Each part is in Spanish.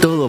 Todo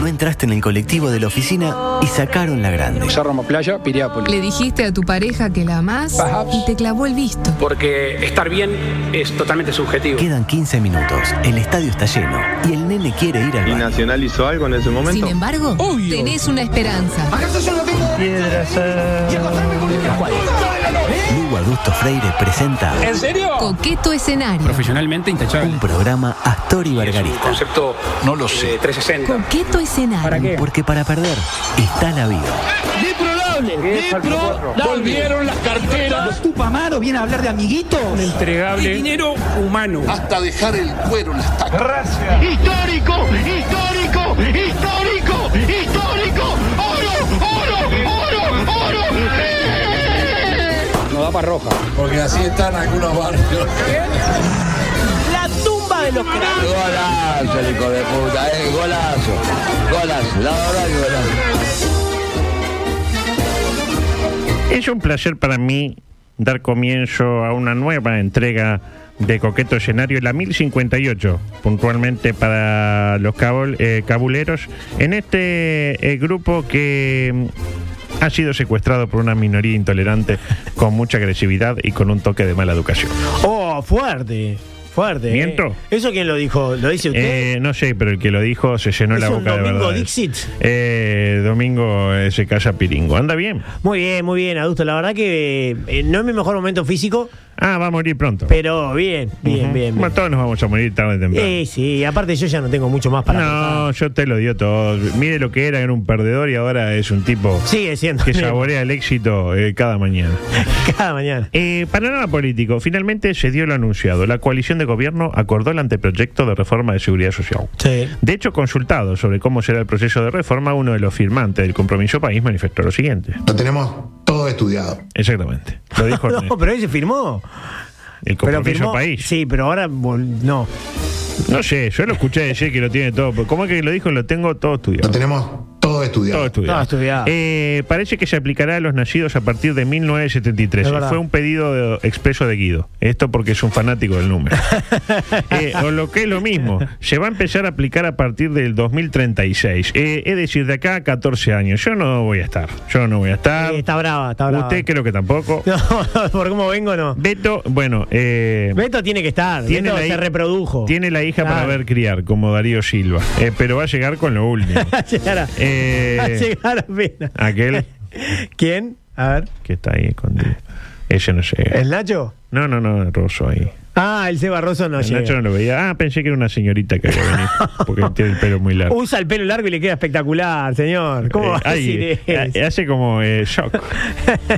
No entraste en el colectivo de la oficina y sacaron la grande. Cerro Playa, Piriápolis. Le dijiste a tu pareja que la amás Perhaps. y te clavó el visto. Porque estar bien es totalmente subjetivo. Quedan 15 minutos, el estadio está lleno y el nene quiere ir al ¿Y baño. Nacional hizo algo en ese Sin momento? embargo, tenés una esperanza. Lugo Augusto Freire presenta Coqueto escenario. Profesionalmente un intachable. programa Astor y Un Bargarista. concepto no lo sé. 360. Coqueto escenario. Porque para perder está la vida. Volvieron las carteras Tupamaro viene a hablar de amiguitos. Entregable. dinero humano. hasta dejar el cuero en las tacas. histórico, histórico, histórico, histórico, oro, oro, oro, oro. ¡Eh! Nos da para roja. Porque así están algunos barrios. La tumba de los Golazo, hijo de puta, eh, golazo. Golazo, la verdad que golazo. Es un placer para mí dar comienzo a una nueva entrega de Coqueto Escenario, la 1058, puntualmente para los cabol- eh, cabuleros, en este eh, grupo que mm, ha sido secuestrado por una minoría intolerante con mucha agresividad y con un toque de mala educación. Oh, fuerte. Fuerte. eh. ¿Miento? ¿Eso quién lo dijo? ¿Lo dice usted? Eh, no sé, pero el que lo dijo se llenó ¿Es la un boca de Domingo verdad. Dixit? domingo eh, se calla piringo. Anda bien. Muy bien, muy bien, Adusto. La verdad que eh, no es mi mejor momento físico, Ah, va a morir pronto. pero bien, bien, Ujú. bien. bien. Bueno, todos nos vamos a morir tarde o temprano. Eh, sí, aparte yo ya no tengo mucho más para No, contar. yo te lo dio todo. Mire lo que era, era un perdedor y ahora es un tipo Sigue siendo que saborea el éxito eh, cada mañana. cada mañana. Eh, panorama político. Finalmente se dio lo anunciado. La coalición de gobierno acordó el anteproyecto de reforma de seguridad social. Sí. De hecho, consultado sobre cómo será el proceso de reforma, uno de los firmantes del compromiso país manifestó lo siguiente. Lo tenemos todo estudiado. Exactamente. Lo dijo No, pero él se firmó. el Pero compromiso firmó. país. Sí, pero ahora vol- no. No sé, yo lo escuché decir que lo tiene todo. ¿Cómo es que lo dijo? Lo tengo todo estudiado. Lo tenemos todo estudiado. Todo estudiado. Todo estudiado. Eh, parece que se aplicará a los nacidos a partir de 1973. Es verdad. Fue un pedido de- expreso de Guido. Esto porque es un fanático del número. Eh, o lo que es lo mismo, se va a empezar a aplicar a partir del 2036. Eh, es decir, de acá a 14 años. Yo no voy a estar. Yo no voy a estar. Eh, está brava, está brava. Ah, Usted creo que tampoco. No, no, por cómo vengo no. Beto, bueno, eh, Beto tiene que estar. tiene Beto la se hi- reprodujo. Tiene la hija para Claro. ver criar, como Darío Silva. Eh, pero va a llegar con lo último. Va a llegar a, Eh, va a llegar apenas. aquel. ¿Quién? A ver. que está ahí escondido. Ese no llega. ¿El Nacho? No, no, no, Rosso ahí. Ah, el Seba Rosso no El llega. Nacho no lo veía. Ah, pensé que era una señorita que había venido. Porque tiene el pelo muy largo. Usa el pelo largo y le queda espectacular, señor. ¿Cómo Eh, va a ahí, decir eh, eso? Hace como eh, shock.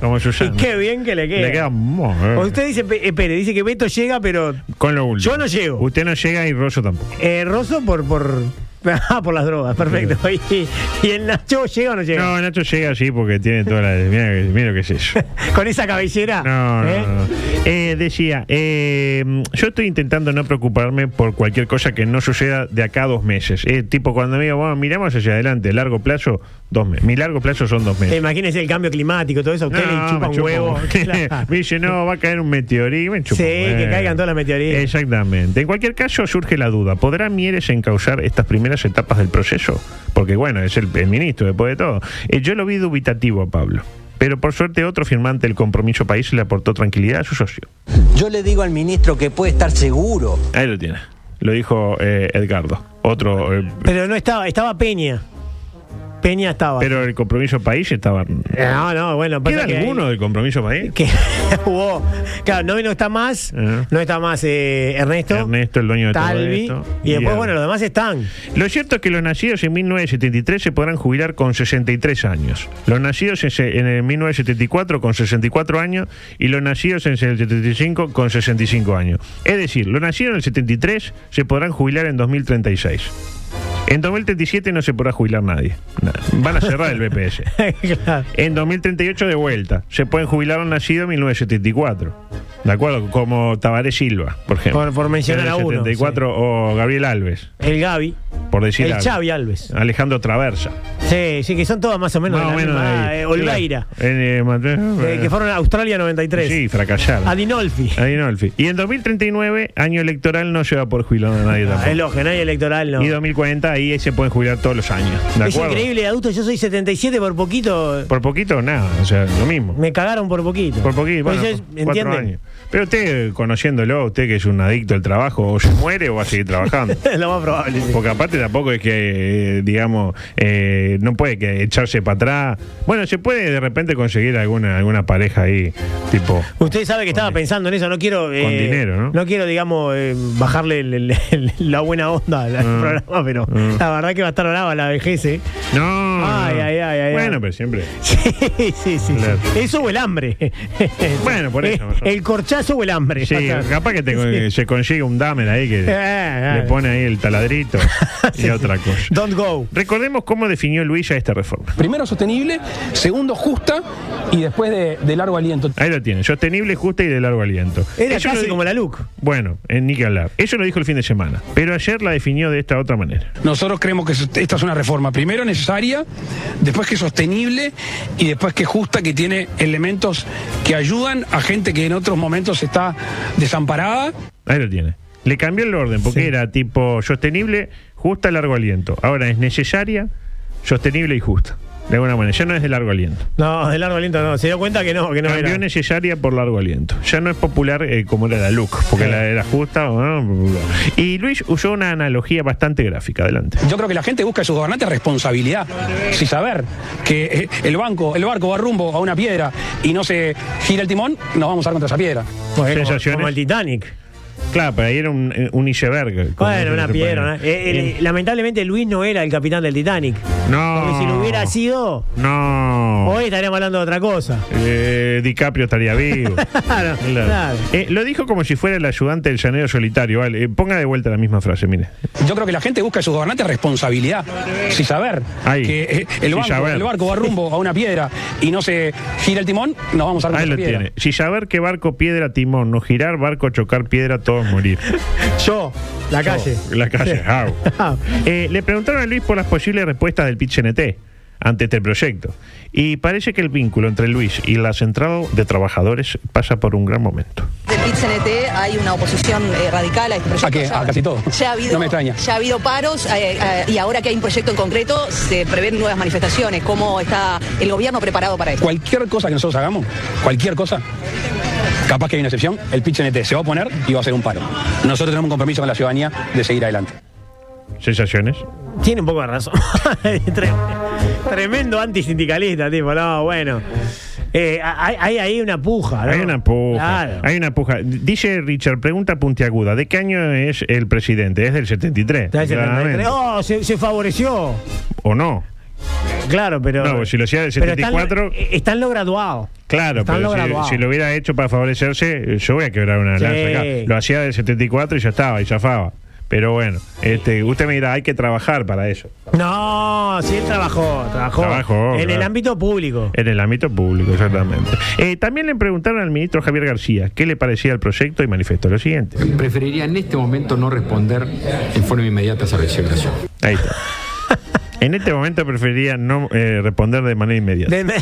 Como Susana. Y qué bien que le queda. Le queda mo- O Usted dice, pe- eh, Pérez, dice que Beto llega, pero Con lo último. Yo no llego. Usted no llega y Rosso tampoco. eh, Rosso por, por, ah, por las drogas, perfecto. Y, y el Nacho llega o no llega. No, Nacho llega así porque tiene toda la. Mira, que- mira lo que es eso. Con esa cabellera. No, no, ¿eh? no, no. Eh, decía, eh, yo estoy intentando no preocuparme por cualquier cosa que no suceda de acá a dos meses. Eh, tipo, cuando me digo, bueno, miramos hacia adelante, largo plazo, dos meses. Mi largo plazo son dos meses. Eh, Imagínese el cambio climático, todo eso. a Usted No, le chupa me un chupa huevo. un- Claro. me dice, no, va a caer un meteorito. me Sí, chupa un que huevo. caigan todas las meteoritas. Exactamente. En cualquier caso, surge la duda. ¿Podrá Mieres encauzar estas primeras etapas del proceso? Porque, bueno, es el, el ministro, después de todo. Eh, yo lo vi dubitativo a Pablo. Pero por suerte otro firmante del compromiso país le aportó tranquilidad a su socio. Yo le digo al ministro que puede estar seguro. Ahí lo tiene. Lo dijo eh, Edgardo. Otro. eh, Pero no estaba, estaba Peña. Peña estaba. pero el compromiso país estaba. Eh, no, no, bueno, pasa ¿Queda que- Eh, alguno del compromiso país? que hubo. Claro, no, no está más. Ah. No está más eh, Ernesto. Ernesto, el dueño de todo Talvi. esto. Y Y después, el- bueno, los demás están. Lo cierto es que los nacidos en 1973 se podrán jubilar con 63 años. Los nacidos en, se- en el 1974 con 64 años y los nacidos en el 75 con 65 años. Es decir, los nacidos en el 73 se podrán jubilar en 2036. En 2037 no se podrá jubilar nadie. Nada. Van a cerrar el BPS. Claro. En 2038 de vuelta. Se pueden jubilar a un nacido en 1974. ¿De acuerdo? Como Tabaré Silva, por ejemplo. Por- por mencionar En el a uno, 74, O Gabriel Alves, El Gaby. por decir El algo. Xavi Alves. Alejandro Traversa. Sí, sí, que son todas más o menos. Ah. Más de la o menos misma, ahí. eh, Olveira. Claro. En, eh, Mate- eh, que fueron a Australia 93. Sí, fracasaron. Adinolfi. Ah, Adinolfi. Y en 2039, año electoral, no se va por jubilar a nadie tampoco. Ah, Es lógico, no hay electoral, no. Y 2040, ahí se pueden jubilar todos los años. ¿De Es acuerdo? increíble, adulto, yo soy 77 por poquito. Por poquito, nada. O sea, lo mismo. Me cagaron por poquito. Por poquito, Pues bueno, yo- por cuatro ¿entienden? años. Pero usted, conociéndolo, usted que es un adicto al trabajo, o se muere o va a seguir trabajando. Lo más probable. sí. Ah, Porque aparte tampoco es que, eh, digamos, eh, no puede que echarse para atrás. Bueno, se puede de repente conseguir alguna alguna pareja ahí, tipo... Usted sabe que estaba pensando en eso, no quiero... eh, dinero, ¿no? quiero, digamos, eh, bajarle el- el- el- la buena onda al al Mm. programa, pero Mm. la verdad que va a estar brava la vejez, ¿eh? No, Ay, no. ay, ay, ay, Bueno, ay. pero siempre... Sí, sí, sí, sí. Claro. Eso o el hambre. Bueno, por eso. Eh, El corchazo o el hambre. Sí, Pasa. capaz que te con- Sí. se consigue un damen ahí que Eh, eh. le pone ahí el taladrito y Sí, sí. otra cosa. Don't go. Recordemos cómo definió Luis a esta reforma. Primero sostenible, segundo justa y después de, de largo aliento. Ahí lo tiene, sostenible, justa y de largo aliento. Era Eso lo casi di- como la LUC. Bueno, en ni que hablar. Eso lo dijo el fin de semana, pero ayer la definió de esta otra manera. Nosotros creemos que sost- esta es una reforma, primero necesaria, después que sostenible y después que justa, que tiene elementos que ayudan a gente que en otros momentos está desamparada. Ahí lo tiene. Le cambió el orden porque Sí. era tipo sostenible, justa, largo aliento. Ahora es necesaria, sostenible y justa. De alguna manera, ya no es de largo aliento. No, de largo aliento no. Se dio cuenta que no, que no Cambió era. necesaria por largo aliento. Ya no es popular eh, como era la look, porque Sí. la era justa. o no. Y Luis usó una analogía bastante gráfica. Adelante. Yo creo que la gente busca de sus gobernantes responsabilidad, sin saber que eh, el banco, el barco va rumbo a una piedra y no se gira el timón, nos vamos a dar contra esa piedra. Pues, como- Sensaciones. Como el Titanic. Claro, pero ahí era un, eh, un iceberg. como este se Bueno, una le piedra. pone. ¿eh? Eh, eh, lamentablemente Luis no era el capitán del Titanic. No. Porque si lo Ah. hubiera sido, No. hoy estaríamos hablando de otra cosa. Eh, DiCaprio estaría vivo. Claro, claro. Eh, lo dijo como si fuera el ayudante del llanero solitario. Vale, eh, ponga de vuelta la misma frase, mire. Yo creo que la gente busca de sus gobernantes responsabilidad, sin saber Ahí, que eh, sin el, banco, saber. el barco va rumbo a una piedra y no se gira el timón, nos vamos a dar Ahí contra lo esa piedra. tiene. Si saber que barco, piedra, timón, no girar, barco, chocar, piedra, todos morir. Oh, Yo, la calle. La calle, au. Eh, le preguntaron a Luis por las posibles respuestas del pitch NT ante este proyecto. Y parece que el vínculo entre Luis y la central de trabajadores pasa por un gran momento. Del PIT-CNT E hay una oposición eh, radical a este proyecto. ¿A qué? Ya- A casi todo. Ya ha habido, No me extraña. Ya ha habido paros eh, eh, y ahora que hay un proyecto en concreto se prevén nuevas manifestaciones. ¿Cómo está el gobierno preparado para esto? Cualquier cosa que nosotros hagamos, cualquier cosa, capaz que hay una excepción, el pitch NT se va a oponer y va a hacer un paro. Nosotros tenemos un compromiso con la ciudadanía de seguir adelante. ¿Sensaciones? Tiene un poco de razón. Tre- Tremendo antisindicalista, tipo. No, bueno. Eh, hay, hay ahí una puja, ¿no? Hay una puja. Claro. Hay una puja. Dice Richard, pregunta puntiaguda. ¿De qué año es el presidente? Es del 73. Está el 73. claramente. Oh, se, se favoreció. ¿O no? Claro, pero. No, pues si lo hacía del pero están- 74. eh, Están lo graduado. Claro, Están pero lo si- graduado. si, lo hubiera hecho para favorecerse, yo voy a quebrar una Sí. lanza acá. Lo hacía del 74 y ya estaba, y zafaba. Pero bueno, este, usted me dirá, hay que trabajar para eso. No, sí, él trabajó. Trabajó. Trabajó, en el claro. ámbito público. En el ámbito público, exactamente. Eh, también le preguntaron al ministro Javier García qué le parecía el proyecto y manifestó lo siguiente. Preferiría en este momento no responder en forma inmediata a esa resignación. Ahí está. En este momento preferiría no eh, responder de manera inmediata. De-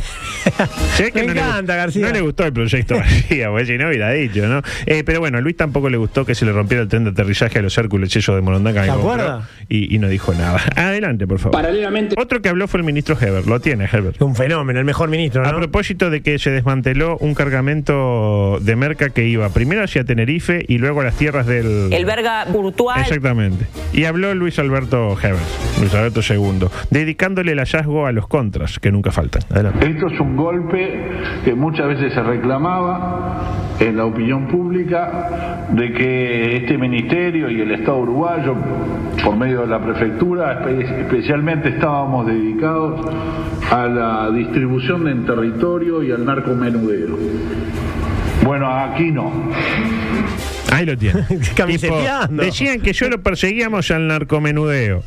Se ve que Me no le gu- encanta, García. No le gustó el proyecto García, porque si no hubiera dicho, ¿no? Eh, pero bueno, a Luis tampoco le gustó que se le rompiera el tren de aterrizaje a los Hércules, esos de Morondanga. ¿Se que compró, acuerda? Y, y no dijo nada. Adelante, por favor. Paralelamente, Otro que habló fue el ministro Heber. Lo tiene, Heber. Un fenómeno, el mejor ministro, A ¿no? propósito de que se desmanteló un cargamento de merca que iba primero hacia Tenerife y luego a las tierras del... El verga virtual. Exactamente. Y habló Luis Alberto Heber, Luis Alberto II, dedicándole el hallazgo a los contras, que nunca faltan. Adelante. Esto es un golpe que muchas veces se reclamaba en la opinión pública de que este ministerio y el Estado uruguayo, por medio de la prefectura, espe- especialmente estábamos dedicados a la distribución en territorio y al narcomenudeo. Bueno, aquí no. Ahí lo tiene. Camiseteando. decían que solo perseguíamos al narcomenudeo.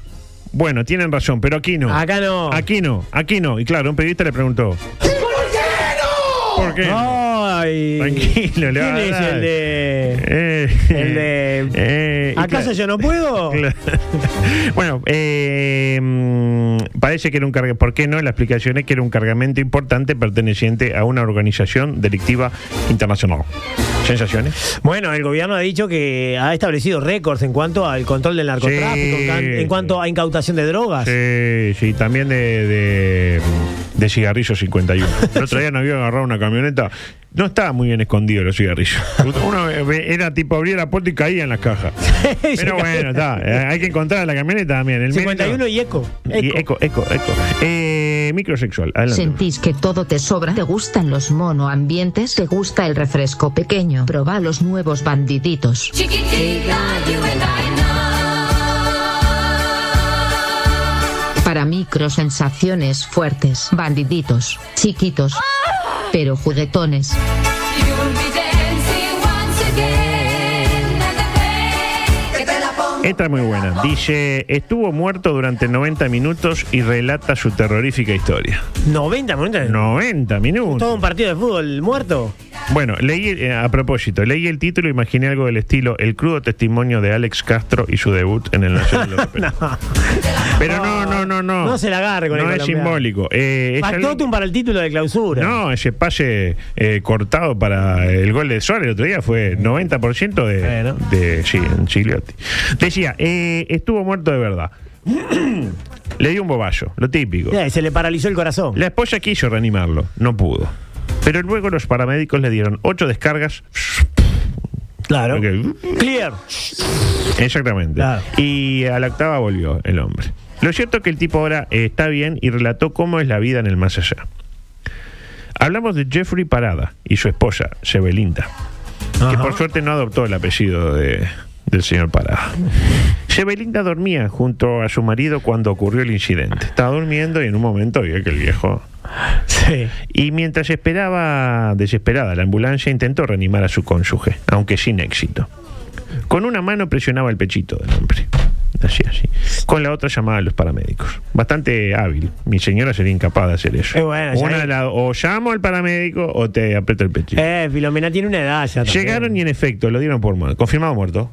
Bueno, tienen razón, pero aquí no. Acá no. Aquí no, aquí no. Y claro, un periodista le preguntó. ¿Por qué? Ay. Tranquilo, le va ¿Quién a es dar. el de.? Eh, El de- eh, y ¿Acaso claro- yo no puedo? Claro. bueno, eh, mm, parece que era un cargamento. ¿Por qué no? La explicación es que era un cargamento importante perteneciente a una organización delictiva internacional. ¿Sensaciones? Bueno, el gobierno ha dicho que ha establecido récords en cuanto al control del narcotráfico, Sí. en can- en cuanto a incautación de drogas. Sí, sí, también de, de, de cigarrillos 51. El otro día nos vio agarrar una camioneta. No estaba muy bien escondido los cigarrillos. Uno ve- era tipo abrir la puerta y caía en las cajas. Pero bueno, está. eh, Hay que encontrar la camioneta también. El mérito- 51 y eco. Y eco, eco, eco. Eh, microsexual, adelante. ¿Sentís que todo te sobra? ¿Te gustan los monoambientes? ¿Te gusta el refresco pequeño? Proba los nuevos bandiditos. Para microsensaciones fuertes. Bandiditos. Chiquitos. Pero juguetones. Esta es muy buena. Dice, estuvo muerto durante 90 minutos y relata su terrorífica historia. 90 minutos. 90 minutos. Todo un partido de fútbol muerto. Bueno, leí eh, a propósito, leí el título y imaginé algo del estilo El crudo testimonio de Alex Castro y su debut en el Nacional. Europeo. Pero no, no, no, no. No se la agarre con el No es colombiano. simbólico. Eh, es algo- Factotum para el título de clausura. no, ese pase eh, cortado para el gol de Suárez el otro día fue 90% de, de sí, en Gigliotti. Decía, eh, estuvo muerto de verdad. le dio un bobazo, lo típico. Ya, y se le paralizó el corazón. La esposa quiso reanimarlo, no pudo. Pero luego los paramédicos le dieron ocho descargas. Claro. Ok. Clear. Exactamente. Claro. Y a la octava volvió el hombre. Lo cierto es que el tipo ahora eh, está bien y relató cómo es la vida en el más allá. Hablamos de Jeffrey Parada y su esposa, Sebelinda, que por suerte no adoptó el apellido de- del señor Parada. Sebelinda dormía junto a su marido cuando ocurrió el incidente. Estaba durmiendo y en un momento vio que el viejo Sí. y mientras esperaba desesperada la ambulancia, intentó reanimar a su cónyuge, aunque sin éxito. Con una mano presionaba el pechito del hombre. Así, así. Con la otra llamaba a los paramédicos. Bastante hábil. Mi señora sería incapaz de hacer eso. Eh, bueno, ya Una ahí- de las- o llamo al paramédico o te aprieto el pechito. Eh, Filomena tiene una edad ya. también. Llegaron y en efecto lo dieron por muerto. Confirmado muerto.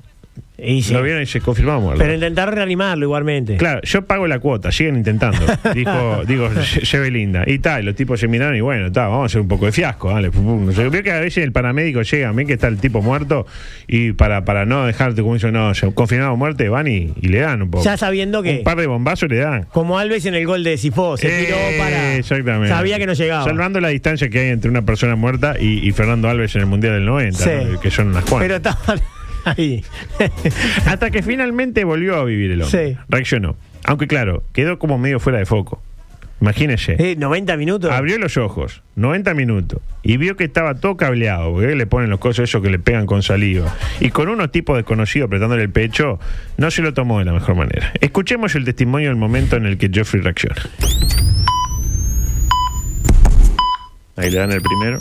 Y sí. Lo vieron y se confirmado muerto. Pero intentaron reanimarlo igualmente. Claro, yo pago la cuota, siguen intentando. Dijo, digo, lleve linda. Y tal, los tipos se miraron y bueno, tal, vamos a hacer un poco de fiasco. Dale, pum, pum. No sé, vio que a veces el paramédico llega, ven que está el tipo muerto y para, para no dejarte como eso, no, se- confirmado muerte, van y, y le dan un poco. Ya sabiendo que- Un par de bombazos le dan. Como Alves en el gol de Sifó, se Eh, tiró para. Exactamente. Sabía que no llegaba. Salvando la distancia que hay entre una persona muerta y, y Fernando Alves en el Mundial del 90, Sí. ¿no? que son unas cuantas. Pero estaban ahí. Hasta que finalmente volvió a vivir el hombre. Sí. Reaccionó. Aunque claro, quedó como medio fuera de foco. Imagínese. Eh, 90 minutos. Abrió los ojos, 90 minutos, y vio que estaba todo cableado, porque le ponen los cosos esos que le pegan con saliva. Y con unos tipos desconocidos apretándole el pecho, no se lo tomó de la mejor manera. Escuchemos el testimonio del momento en el que Jeffrey reacciona. Ahí le dan el primero.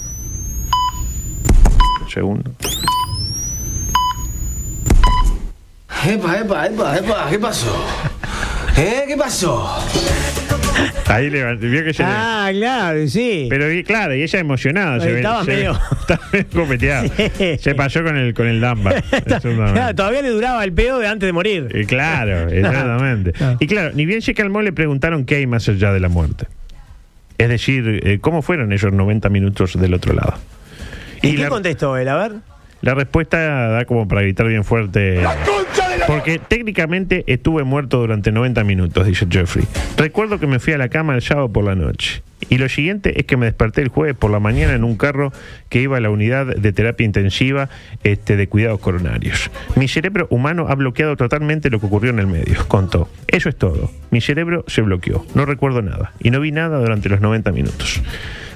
El segundo. Epa, epa, epa, epa, ¿qué pasó? ¿Eh? ¿Qué pasó? Ahí le vio que se le- Ah, claro, sí. Pero y- claro, y ella emocionada. Se ve- Estaba se ve- medio- estaba medio copeteada. Sí. Se pasó con el, con el Damba. Claro, todavía le duraba el pedo de antes de morir. Eh, Claro, exactamente. Y claro, ni bien se calmó, le preguntaron qué hay más allá de la muerte. Es decir, eh, ¿cómo fueron esos 90 minutos del otro lado? ¿Y, qué la- contestó él? A ver. La respuesta da como para gritar bien fuerte. Porque técnicamente estuve muerto durante 90 minutos, dice Jeffrey. Recuerdo que me fui a la cama el sábado por la noche. Y lo siguiente es que me desperté el jueves por la mañana en un carro que iba a la unidad de terapia intensiva este, de cuidados coronarios. Mi cerebro humano ha bloqueado totalmente lo que ocurrió en el medio, contó. Eso es todo. Mi cerebro se bloqueó. No recuerdo nada. Y no vi nada durante los 90 minutos.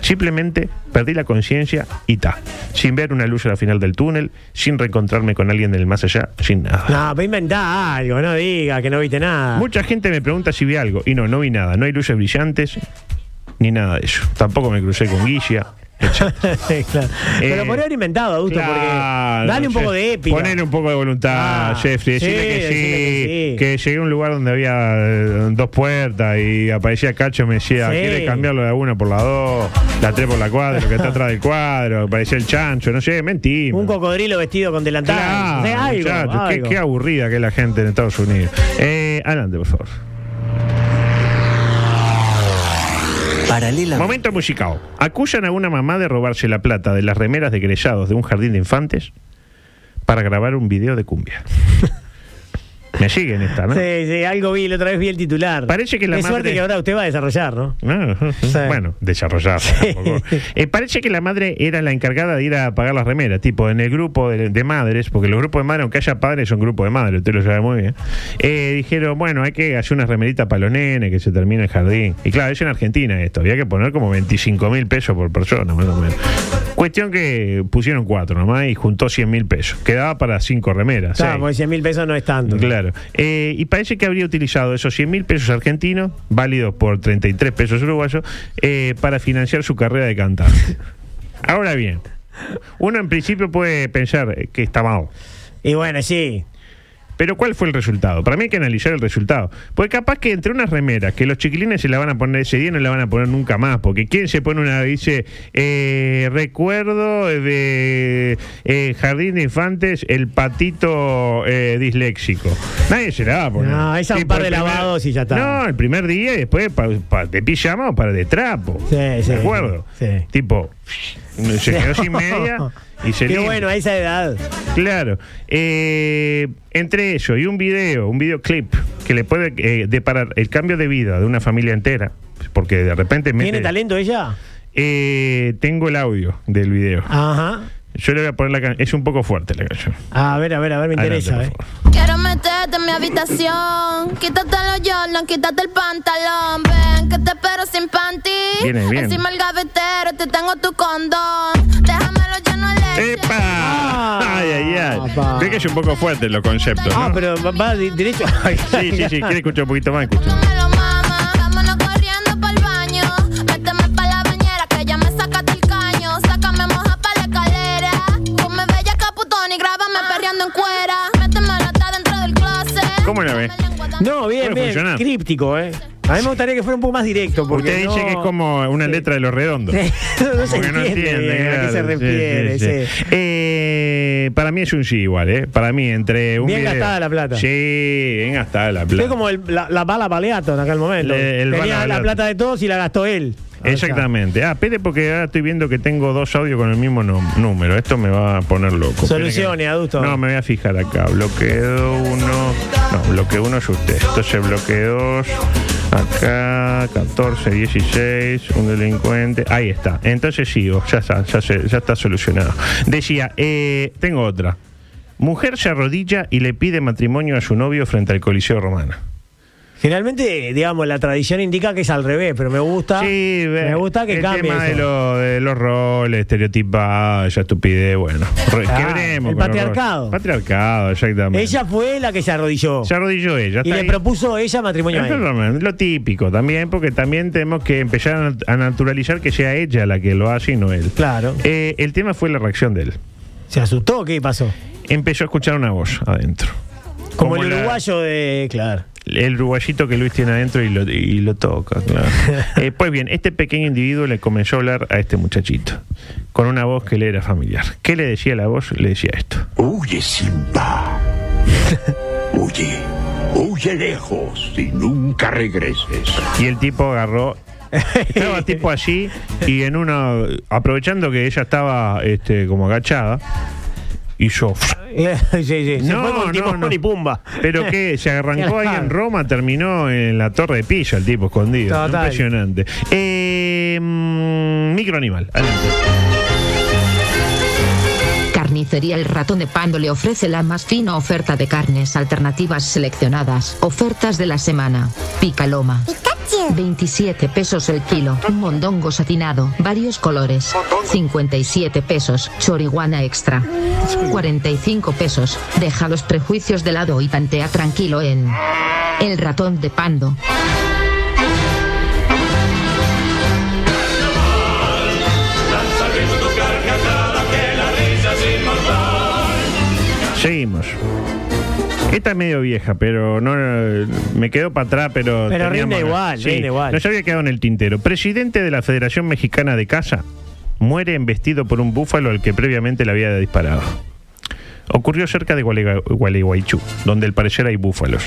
Simplemente perdí la conciencia y ta. Sin ver una luz a la final del túnel, sin reencontrarme con alguien del más allá, sin nada. No, pero inventá algo, no diga que no viste nada. Mucha gente me pregunta si vi algo. Y no, no vi nada. No hay luces brillantes, ni nada de eso. Tampoco me crucé con Guilla. Claro. Pero podría haber inventado, Augusto, porque dale un poco de épica. Eh, Poner un poco de voluntad, Ah, Jeffrey. Decirle sí, que, sí, decirle que que sí. llegué a un lugar donde había eh, dos puertas y aparecía Cacho y me decía, Sí. ¿quiere cambiarlo de una por la dos, la tres por la cuatro, que está atrás del cuadro? Aparecía el chancho, no sé, mentí. Un cocodrilo vestido con delantal. Claro, O sea, algo, muchachos, qué- algo. Qué, aburrida que es la gente en Estados Unidos. Eh, adelante, por favor. Paralela. Momento musical. Acusan a una mamá de robarse la plata de las remeras de egresados de un jardín de infantes para grabar un video de cumbia. Me siguen esta, ¿no? Sí, sí, algo vi, la otra vez vi el titular. Parece que la Qué madre- suerte que ahora usted va a desarrollar, ¿no? Ah, ah, ah. Bueno, desarrollado. tampoco. Eh, parece que la madre era la encargada de ir a pagar las remeras, tipo en el grupo de, de madres, porque los grupos de madres, aunque haya padres, son grupos de madres, usted lo sabe muy bien. Eh, dijeron, bueno, hay que hacer unas remeritas para los nenes, que se termine el jardín. Y claro, es en Argentina esto, había que poner como 25 mil pesos por persona, más o menos. Cuestión que pusieron cuatro nomás y juntó 100 mil pesos. Quedaba para cinco remeras. Claro, seis. porque 100 mil pesos no es tanto. Claro. Eh, y parece que habría utilizado esos 100 mil pesos argentinos, válidos por 33 pesos uruguayos, eh, para financiar su carrera de cantante. Ahora bien, uno en principio puede pensar eh, que está mal. Y bueno, sí. Pero ¿cuál fue el resultado? Para mí hay que analizar el resultado. Porque capaz que entre unas remeras que los chiquilines se la van a poner ese día y no la van a poner nunca más. Porque ¿quién se pone una, dice, eh, recuerdo de eh, Jardín de Infantes, el patito eh, disléxico? Nadie se la va a poner. No, esa un Tipo, par el de primer- lavados y ya está. No, el primer día y después pa- pa- de pijama o para de trapo. Sí, sí, ¿De acuerdo? sí. Tipo, se quedó sin media y se Pero limpia. bueno, a esa edad. Claro. Eh, entre ello y un video, un videoclip que le puede eh, deparar el cambio de vida de una familia entera, porque de repente mete- ¿Tiene talento ella? Eh, tengo el audio del video. Ah. Ajá. Ah, Yo le voy a poner la can- es un poco fuerte la canción. A ver, a ver, a ver, me Adelante, interesa, por ¿eh? Quiero meterte en mi habitación. Quítate los Jordan, quítate el pantalón. Ven, que te espero sin panty. Viene bien. Encima el gavetero, te tengo tu condón. Déjamelo lleno de leche. ¡Epa! ay, ay, ay. Ah, papá. Ve que es un poco fuerte los conceptos. Ah, ¿no? pero va, va di- derecho. Sí, sí, sí. Quiere escuchar un poquito más. Escucha. Dímelo, mamá. Vámonos corriendo para el baño. Méteme pa' la bañera, que ya me sacaste el caño. Sácame moja pa' la escalera. Come bella caputón y grábame perreando en cuera. Méteme lata dentro del closet. ¿Cómo la ve? No, bien, Puede bien. funcionar. Críptico, ¿eh? A mí me gustaría que fuera un poco más directo. Porque Usted dice no- que es como una letra de los redondos. no se Porque no entiende entiende, bien a qué se claro, sí, refiere. sí, sí. sí. Eh, para mí es un sí igual, ¿eh? Para mí, entre un Bien video- gastada la plata. Sí, bien gastada la Fue plata. como el- la, la bala baleato en aquel momento. Le- el bala Tenía la baleato. plata de todos y la gastó él. Exactamente. Ah, espere porque ahora estoy viendo que tengo dos audios con el mismo nom- número. Esto me va a poner loco. Espere que- Soluciones, adulto. No, me voy a fijar acá. Bloqueo uno. No, bloqueo uno es usted. Entonces bloqueo dos. Acá, 14, 16, un delincuente. Ahí está. Entonces sigo. Ya está, ya, se- ya está solucionado. Decía, eh, tengo otra. Mujer se arrodilla y le pide matrimonio a su novio frente al Coliseo Romano. Generalmente, digamos, la tradición indica que es al revés, pero me gusta. Sí, ve- me gusta que el cambie. tema de, eso. lo- de los roles, estereotipados, esa estupidez, bueno. Re- Ah, quebremos el con los roles. patriarcado. patriarcado, exactamente. Ella fue la que se arrodilló. se arrodilló ella. y está le ahí. propuso ella matrimonio a él. Exactamente, Lo típico también, porque también tenemos que empezar a nat- a naturalizar que sea ella la que lo hace y no él. Claro. Eh, el tema fue la reacción de él. ¿Se asustó? ¿Qué pasó? Empezó a escuchar una voz adentro. Como, Como el la- uruguayo de. Claro. El uruguayito que Luis tiene adentro y lo, y lo toca, claro. Eh, pues bien, este pequeño individuo le comenzó a hablar a este muchachito, con una voz que le era familiar. ¿Qué le decía la voz? Le decía esto. Huye, Simba. Huye. Huye lejos y nunca regreses. Y el tipo agarró. Estaba tipo allí y en una. Aprovechando que ella estaba este, como agachada, hizo. sí, sí. Se fue con tipo Juan y pumba. Pero que se arrancó ahí en Roma, terminó en la torre de pilla el tipo escondido. Total. Impresionante. Eh, mm, microanimal. Adelante. Carnicería El Ratón de Pando le ofrece la más fina oferta de carnes alternativas seleccionadas. Ofertas de la semana. Picaloma. 27 pesos el kilo. Mondongo satinado. Varios colores. 57 pesos. Choriguana extra. 45 pesos. Deja los prejuicios de lado y tantea tranquilo en El Ratón de Pando. Lanza Seguimos. Esta es medio vieja, pero no me quedo para atrás, pero. Pero rinde igual, rinde igual. Nos había quedado en el tintero. Presidente de la Federación Mexicana de Caza muere embestido por un búfalo al que previamente le había disparado. Ocurrió cerca de Gualega- Gualeguaychú, donde al parecer hay búfalos.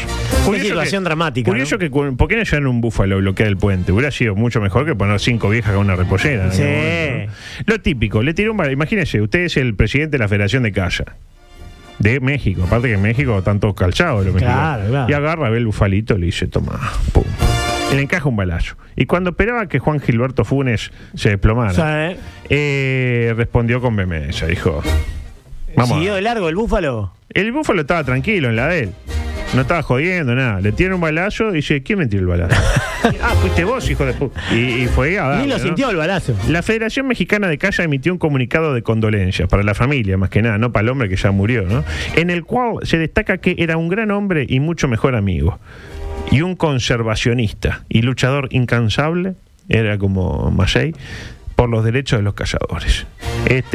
situación dramática. Curioso que, cu- ¿por qué no llevan un búfalo a bloquear el puente? Hubiera sido mucho mejor que poner cinco viejas con una repollera. ¿no? Sí. Lo típico, le tiró un bal- Imagínese, usted es el presidente de la Federación de Caza. De México, aparte que en México están todos calzados los mexicanos. Claro, claro. Y agarra, ve el bufalito, le dice, toma, pum. Y le encaja un balazo. Y cuando esperaba que Juan Gilberto Funes se desplomara, Sí. eh, respondió con vehemencia, dijo. Vamos. ¿Siguió de largo el búfalo? El búfalo estaba tranquilo en la de él. No estaba jodiendo, nada. Le tiene un balazo y dice, ¿quién me tiró el balazo? ah, fuiste vos, hijo de puta. Y, y fue a darle, Ni lo ¿no? sintió el balazo. La Federación Mexicana de Calle emitió un comunicado de condolencias para la familia, más que nada, no para el hombre que ya murió, ¿no? En el cual se destaca que era un gran hombre y mucho mejor amigo. Y un conservacionista y luchador incansable, era como Massey, por los derechos de los cazadores.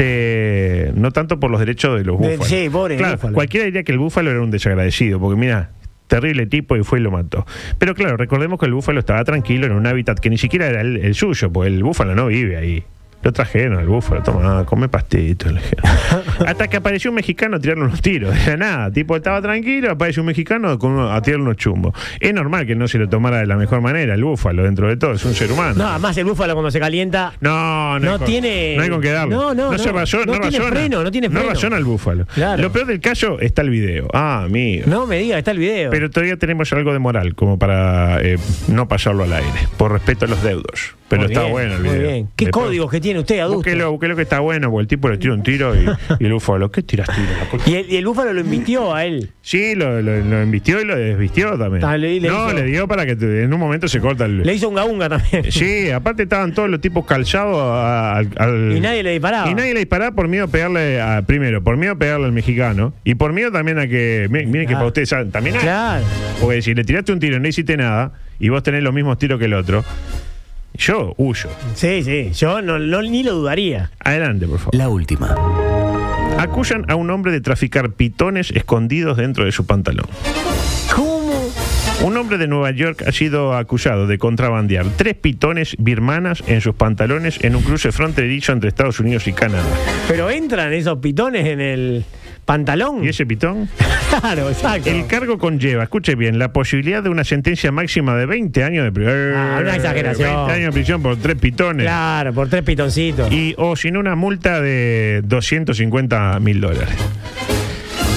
Este, no tanto por los derechos de los De- búfalos. sí, pobre Claro, búfalo. cualquiera diría que el búfalo era un desagradecido, porque mira, terrible tipo y fue y lo mató. Pero claro, recordemos que el búfalo estaba tranquilo en un hábitat que ni siquiera era el, el suyo, porque el búfalo no vive ahí. Lo trajeron al búfalo, toma, come pastito. le dijeron. Hasta que apareció un mexicano a tirarle unos tiros. Era nada, tipo, estaba tranquilo, apareció un mexicano con uno- a tirarle unos chumbos. Es normal que no se lo tomara de la mejor manera el búfalo, dentro de todo, es un ser humano. No, además el búfalo cuando se calienta. No, no, No hay con- tiene- No hay con qué darle. No, no, se no. razona, No no, tiene razona. freno, no tiene freno. razona el búfalo. Claro. Lo peor del caso está el video. Ah, amigo. No me diga, está el video. Pero todavía tenemos algo de moral como para eh, no pasarlo al aire, por respeto a los deudos. Pero Muy está bien, bueno el muy video. bien. ¿Qué Después- códigos que tiene usted, adulto? Búsquelo, búsquelo que está bueno, porque el tipo le tira un tiro y, y el búfalo, ¿qué tiras tiro? La concha? Y el, y el búfalo lo invitió a él. Sí, lo, lo, lo embistió y lo desvistió también. Ah, le- le no, hizo- le dio para que te- en un momento se corta el... Le hizo un gaunga también. Sí, aparte estaban todos los tipos calzados a- al, al- Y nadie le disparaba. Y nadie le disparaba por miedo a pegarle, a- primero, por miedo a pegarle al mexicano. Y por miedo también a que. mi- Miren que para ustedes ¿saben? también hay. Ah. Claro. Porque si le tiraste un tiro y no hiciste nada, y vos tenés los mismos tiros que el otro, yo huyo. Sí, sí. Yo no, no- ni lo dudaría. Adelante, por favor. La última. Acusan a un hombre de traficar pitones escondidos dentro de su pantalón. ¿Cómo? Un hombre de Nueva York ha sido acusado de contrabandear tres pitones birmanas en sus pantalones en un cruce fronterizo entre Estados Unidos y Canadá. Pero entran esos pitones en el pantalón. ¿Y ese pitón? Claro, exacto. El cargo conlleva, escuche bien, la posibilidad de una sentencia máxima de 20 años de prisión. Ah, una exageración. 20 años de prisión por tres pitones. Claro, por tres pitoncitos. Y, o sin una multa de 250 mil dólares.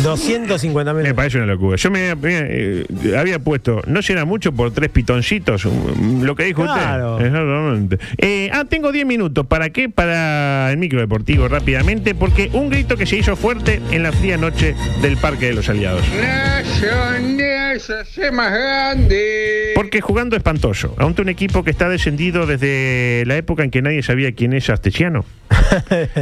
250 mil. Me parece una locura. Yo me, me, eh, había puesto, no será mucho por tres pitoncitos, Mm, lo que dijo Claro. usted. Exactamente. Eh, ah, tengo 10 minutos. ¿Para qué? Para el micro deportivo rápidamente, porque un grito que se hizo fuerte en la fría noche del Parque de los Aliados. Naciones, hace más grande. Porque jugando espantoso, ante un equipo que está descendido desde la época en que nadie sabía quién es Astesiano.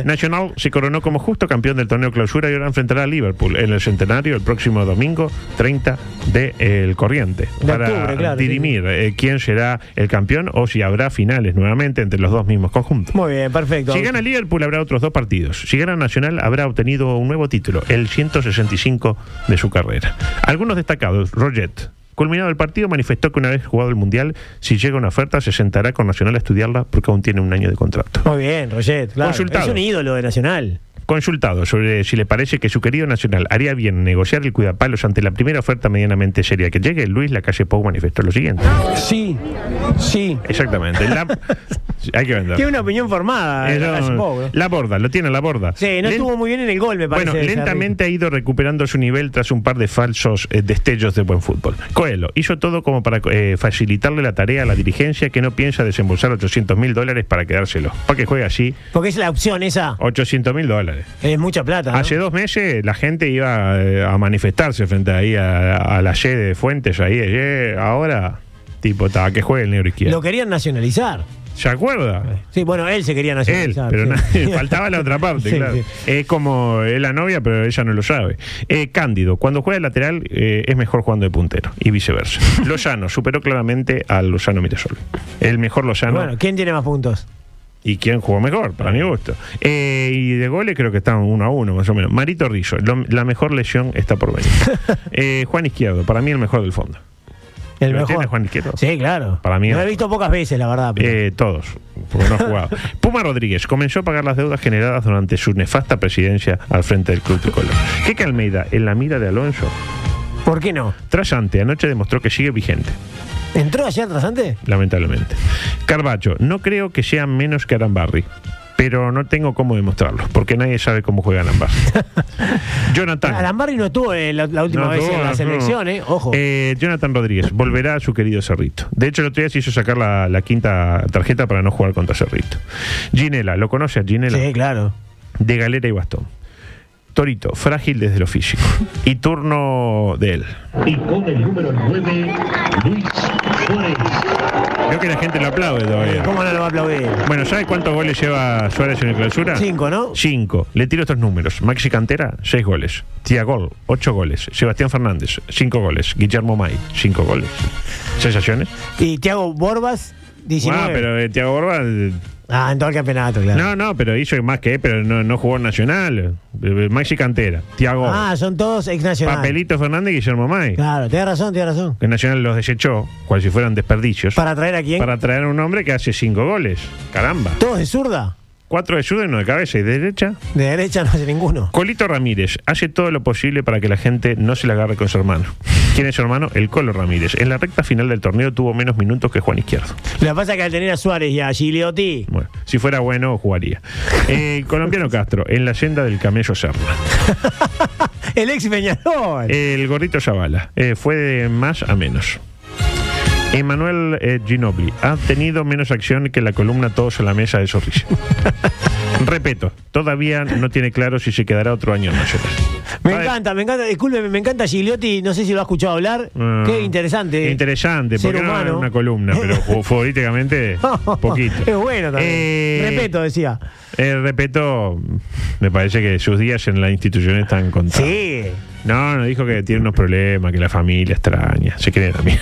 Nacional se coronó como justo campeón del torneo clausura y ahora enfrentará a Liverpool en el centenario el próximo domingo 30 de eh, El Corriente De para octubre, claro, sí, dirimir eh, quién será el campeón o si habrá finales nuevamente entre los dos mismos conjuntos. Muy bien, perfecto. Si gana Liverpool habrá otros dos partidos. Si gana Nacional habrá obtenido un nuevo título, el 165 de su carrera. Algunos destacados, Roget. Culminado el partido, manifestó que una vez jugado el Mundial, si llega una oferta, se sentará con Nacional a estudiarla porque aún tiene un año de contrato. Muy bien, Roget. claro. Consultado. Es un ídolo de Nacional. Consultado sobre si le parece que su querido Nacional haría bien en negociar el cuidapalos ante la primera oferta medianamente seria que llegue, Luis Lacalle Pou manifestó lo siguiente. Sí, sí. Exactamente. La- Hay que vender. Tiene una opinión formada. Eso- hace poco. la borda, lo tiene la borda. Sí, no Len- estuvo muy bien en el gol, me parece. Bueno, Sarri. lentamente ha ido recuperando su nivel tras un par de falsos eh, destellos de buen fútbol. Coelho hizo todo como para eh, facilitarle la tarea a la dirigencia que no piensa desembolsar 800 mil dólares para quedárselo. Para que juegue así, Porque es la opción esa. 800 mil dólares. Es mucha plata. ¿no? Hace dos meses la gente iba eh, a manifestarse frente ahí a, a la sede de Fuentes, ahí, eh, ahora, tipo, ta, que juegue el negro izquierdo. Lo Eh. querían nacionalizar. ¿Se acuerda? Sí, bueno, él se quería Él, nacionalizar. pero sí. na- faltaba la otra parte, Sí, claro. sí. Es como es la novia, pero ella no lo sabe. Eh, Cándido, cuando juega de lateral eh, es mejor jugando de puntero y viceversa. Lozano superó claramente al Lozano Mirasol. El mejor Lozano. Bueno, ¿quién tiene más puntos? y quién jugó mejor, para mi gusto. Eh, y de goles creo que están uno a uno, más o menos. Marito Rillo, lo- la mejor lesión está por venir. Eh, Juan Izquierdo, para mí el mejor del fondo. El ¿Lo mejor. entiendes, Juan Izquierdo? Sí, claro. Para mí. Lo he visto pocas veces, la verdad. pero- Eh, todos, porque no ha jugado. Puma Rodríguez comenzó a pagar las deudas generadas durante su nefasta presidencia al frente del club tricolor. Keke Almeida, en la mira de Alonso. ¿Por qué no? Trasante, anoche demostró que sigue vigente, ¿Entró ayer trasante? lamentablemente. Carbacho, no creo que sea menos que Arambarri, pero no tengo cómo demostrarlo, porque nadie sabe cómo juega Arambarri. Jonathan. Alambarri no estuvo eh, la, la última No, vez no, en la no. selección, ¿eh? Ojo. Eh, Jonathan Rodríguez volverá a su querido Cerrito. De hecho, el otro día se hizo sacar la, la quinta tarjeta para no jugar contra Cerrito. Ginela, ¿lo conoce a Ginela? Sí, claro. De galera y bastón. Torito, frágil desde lo físico. Y turno de él. Y con el número 9, Luis Suárez. Creo que la gente lo aplaude todavía. ¿Cómo no lo va a aplaudir? Bueno, ¿sabe cuántos goles lleva Suárez en el clausura? Cinco, ¿no? Cinco. Le tiro estos números. Maxi Cantera, seis goles. Tiagol, ocho goles. Sebastián Fernández, cinco goles. Guillermo May, cinco goles. ¿Sensaciones? Y Tiago Borbas, 19. Ah, pero eh, Thiago Borba. eh, Ah, en todo el campeonato, claro. No, no, pero hizo más que, pero no, no jugó en Nacional. Eh, Maxi Cantera, Tiago. ah, son todos ex nacionales. Papelito Fernández y Guillermo May. Claro, tienes razón, tienes razón. Que Nacional los desechó, cual si fueran desperdicios. ¿Para traer a quién? Para traer a un hombre que hace cinco goles. Caramba. ¿Todos de zurda? Cuatro de zurda y uno de cabeza y de derecha. De derecha no hace ninguno. Colito Ramírez hace todo lo posible para que la gente no se la agarre con su hermano. ¿Quién es su hermano? El Colo Ramírez. En la recta final del torneo tuvo menos minutos que Juan Izquierdo. Lo que pasa es que al tener a Suárez y a Gigliotti, Bueno, si fuera bueno, jugaría. Eh, el colombiano Castro, en la senda del camello Serra. el ex Peñarol. El gordito Zavala eh, fue de más a menos. Emanuel eh, Ginobili ha tenido menos acción que la columna Todos en la Mesa de Sorriso. Repeto, todavía no tiene claro si se quedará otro año en Nacional. Me A ver. encanta, me encanta, discúlpeme, me encanta Gigliotti, no sé si lo ha escuchado hablar. Ah. Qué interesante. eh. Interesante, Ser porque no humano. era una columna, pero fu- futbolísticamente poquito. Es bueno también. Eh, Repeto, decía. Eh, Repeto, me parece que sus días en la institución están contados. Sí. No, no, dijo que tiene unos problemas, que la familia extraña. Se quieren también.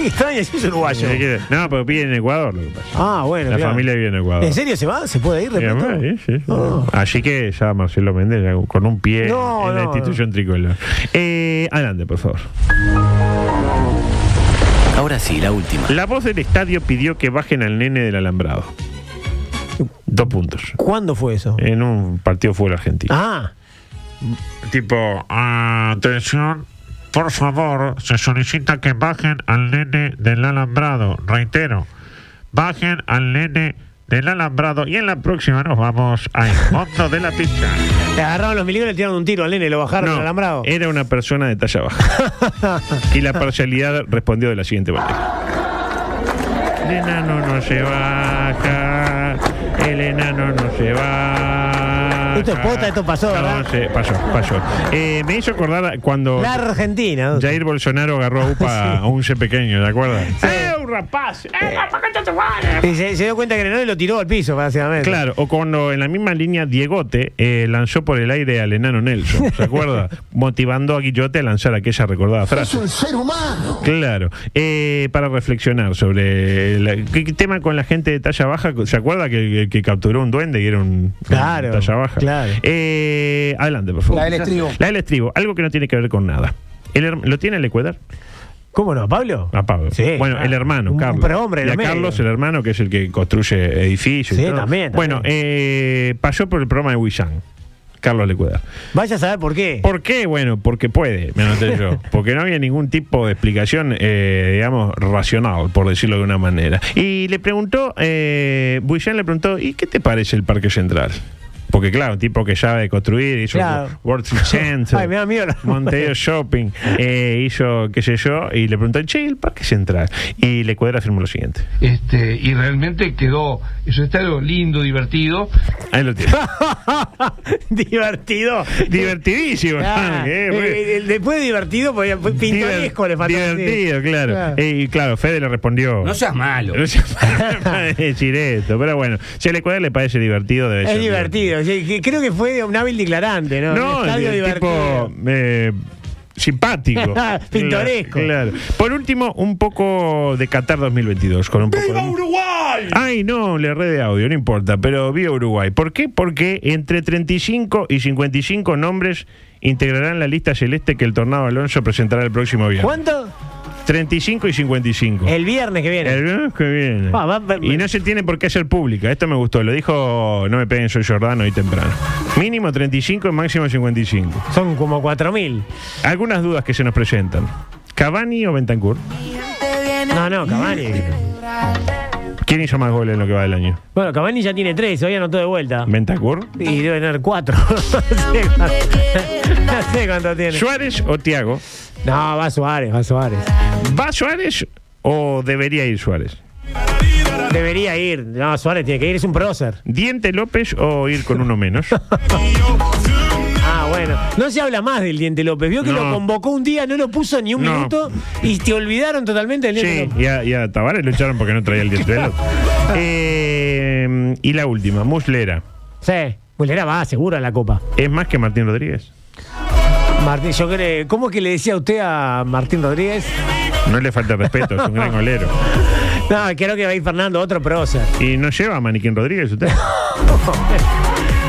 Extraña, si es uruguayo. Se quieren. No, pero vive en Ecuador lo que pasa. Ah, bueno. La mirá. familia vive en Ecuador. ¿En serio se va? ¿Se puede ir, Mira, repeto? sí, sí, sí. Ah. Así que ya Marcelo Méndez ya con un pie No, en la no, institución tricolor. Eh, adelante, por favor. Ahora sí, la última. La voz del estadio pidió que bajen al nene del alambrado. Dos puntos. ¿Cuándo fue eso? En un partido de fútbol argentino. Ah, Tipo, atención, por favor, se solicita que bajen al nene del alambrado. Reitero, bajen al nene del alambrado y en la próxima nos vamos a fondo de la pizza. le agarraron los milicos y le tiraron un tiro al nene, lo bajaron al alambrado. era una persona de talla baja. y la parcialidad respondió de la siguiente manera. El enano no se baja, el enano no se baja. Esto es posta, esto pasó, ¿verdad? No sé, pasó, pasó. Eh, me hizo acordar cuando... La Argentina. ¿no? Jair Bolsonaro agarró a UPA a un che pequeño, ¿de acuerdo? ¡Eh, un rapaz! ¡Eh, rapaz, que te vale! Y se, se dio cuenta que no y lo tiró al piso, básicamente. Claro, o cuando en la misma línea Diegote eh, lanzó por el aire al enano Nelson, ¿se acuerda? Motivando a Guillote a lanzar aquella recordada frase. un ser humano. Claro, eh, para reflexionar sobre la- qué qué tema con la gente de talla baja, ¿se acuerda que, que- que capturó un duende y era un, Claro, un talla baja? claro. Eh, adelante, por favor. La del estribo. La del estribo, algo que no tiene que ver con nada. El her- ¿Lo tiene el Ecuador? ¿Cómo no, Pablo? A Pablo. Sí, bueno, claro. el hermano, Un- Carlos. un prohombre en y a el medio. Carlos, el hermano, que es el que construye edificios. y Sí, todo. también, también. Bueno, eh, pasó por el programa de Wishan. Carlos Lecuedar. Vaya a saber por qué. ¿Por qué? Bueno, porque puede, me anoté yo. Porque no había ningún tipo de explicación, eh, digamos, racional, por decirlo de una manera. Y le preguntó, eh, Wishan le preguntó, ¿y qué te parece el Parque Central? Porque claro, un tipo que sabe construir, hizo Claro. World Trade Center. Ay, me da miedo la- Montevideo Shopping eh, hizo qué sé yo y le preguntó, che, ¿y el parque central? Y le cuadra afirmó lo siguiente. Este, y realmente quedó, es un estadio lindo, divertido. Ahí lo tiene. divertido. Divertidísimo. Ah, Eh, el- re- el- el después de divertido, podía- fue pintoresco le faltó decir. divertido, claro. Eh, y claro, Fede le respondió. No seas malo. No se puede decir esto, pero bueno, si al Ecuador le parece divertido, debe ser Es divertido. sí, que- Creo que fue un hábil declarante, ¿no? No, Un estadio el tipo divertido. eh, simpático. Pintoresco. Claro, claro. Por último, un poco de Qatar 2022. Con un poco de- Uruguay! Ay, no, le erré de audio, no importa, pero viva Uruguay. ¿Por qué? Porque entre 35 y 55 nombres integrarán la lista celeste que el Tornado Alonso presentará el próximo viernes. ¿Cuánto? 35 y 55. El viernes que viene. El viernes que viene. Ah, va- va- y no se tiene por qué hacer pública. Esto me gustó. Lo dijo, no me peguen, soy Jordano hoy temprano. Mínimo 35 y máximo 55. Son como 4.000. Algunas dudas que se nos presentan. ¿Cavani o Bentancur? No, no, Cavani. ¿Quién hizo más goles en lo que va del año? Bueno, Cavani ya tiene tres, hoy anotó de vuelta. ¿Bentancur? Y debe tener cuatro. no, sé cuánto, no sé cuánto tiene. ¿Suárez o Tiago? No, va Suárez, va Suárez. ¿Va Suárez o debería ir Suárez? Debería ir. No, Suárez tiene que ir, es un prócer. ¿Diente López o ir con uno menos? Ah, bueno. No se habla más del Diente López. Vio que No. lo convocó un día, no lo puso ni un No. minuto y te olvidaron totalmente del Diente Sí, López. y a, y a Tavares lo echaron porque no traía el diente de López. Eh, y la última, Muslera. Sí. Muslera va seguro a la Copa. ¿Es más que Martín Rodríguez? Martín, yo creo, ¿cómo que le decía usted a Martín Rodríguez? No le falta respeto, es un gran golero. No, creo que va a ir Fernando, otro prócer. ¿Y no lleva a Maniquín Rodríguez usted?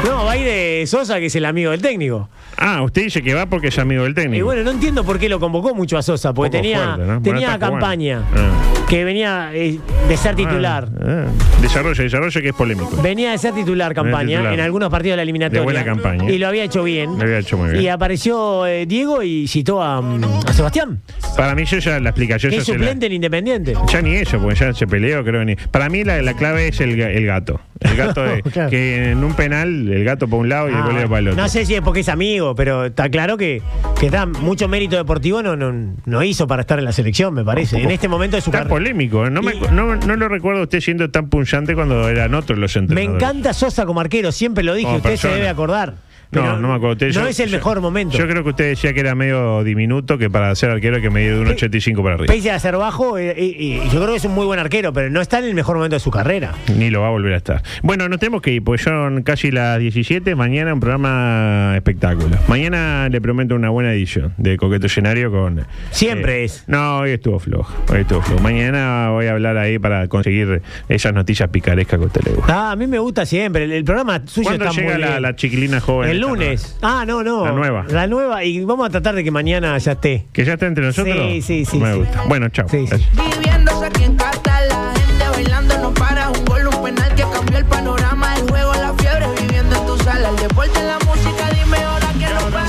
No, va a ir de Sosa, que es el amigo del técnico. Ah, usted dice que va porque es amigo del técnico. Y bueno, no entiendo por qué lo convocó mucho a Sosa, porque Poco tenía, fuerte, ¿no? Bueno, tenía está jugando. campaña, Ah. que venía eh, de ser titular. Ah, desarrollo, desarrollo que es polémico. Venía de ser titular campaña titular. en algunos partidos de la eliminatoria. De buena campaña. Y lo había hecho bien. Lo había hecho muy bien. Y apareció eh, Diego y citó a, mm, a Sebastián, Para mí yo ya la explicación que ya es se la- suplente en Independiente. Ya ni eso, porque ya se peleó, creo ni. Para mí la, la clave es el, ga- el gato. El gato de- Oh, Claro. que en un penal, el gato para un lado y el Ah, golero para el otro. No sé si es porque es amigo, pero está claro que, que está mucho mérito deportivo no, no, no hizo para estar en la selección, me parece. En este momento de su Está carrera. polémico, ¿eh? no, me- no, no lo recuerdo a usted siendo tan punzante cuando eran otros los Me entrenadores. encanta Sosa como arquero, siempre lo dije, Como usted persona. se debe acordar. Pero No, no me acuerdo. Usted- no yo- es el yo- mejor momento. Yo creo que usted decía que era medio diminuto, que para ser arquero hay que medir de un 85 para arriba. Pese a ser bajo, eh, y- y yo creo que es un muy buen arquero, pero no está en el mejor momento de su carrera. Ni lo va a volver a estar. Bueno, nos tenemos que ir, porque son casi las 17. Mañana un programa espectáculo. Mañana le prometo una buena edición de Coqueto Escenario con. eh, Siempre es. No, hoy estuvo flojo. Hoy estuvo flojo. Mañana voy a hablar ahí para conseguir esas noticias picarescas que a usted le gusta. Ah, a mí me gusta siempre. El, el programa suyo ¿Cuándo está llega muy la, bien. la chiquilina joven? el esta lunes. nueva? Ah, no, no. La nueva. La nueva. Y vamos a tratar de que mañana ya esté. ¿Que ya está entre nosotros? Sí, sí, sí, Me sí. gusta. Bueno, chao. Gracias. Viviéndose aquí en Qatar, la gente bailando no para. Un gol, un penal que cambió el panorama. El juego, la fiebre, viviendo en tu sala. El deporte, la música, dime ahora que no para.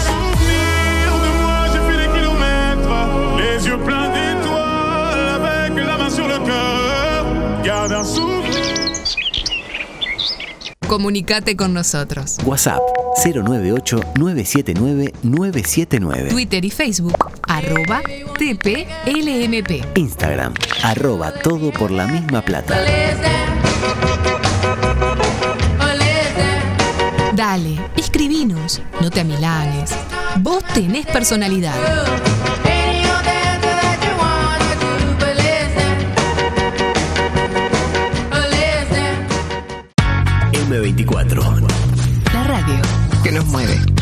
de moi, j'ai fait des kilomètres, les yeux pleins d'étoiles, avec la main sur le cœur, garde un souvenir. Comunicate con nosotros. WhatsApp 098-979-979. Twitter y Facebook, arroba TPLMP. Instagram, arroba todo por la misma plata. Dale, escribinos, no te amilanes. Vos tenés personalidad. M24. La radio. Que nos mueve.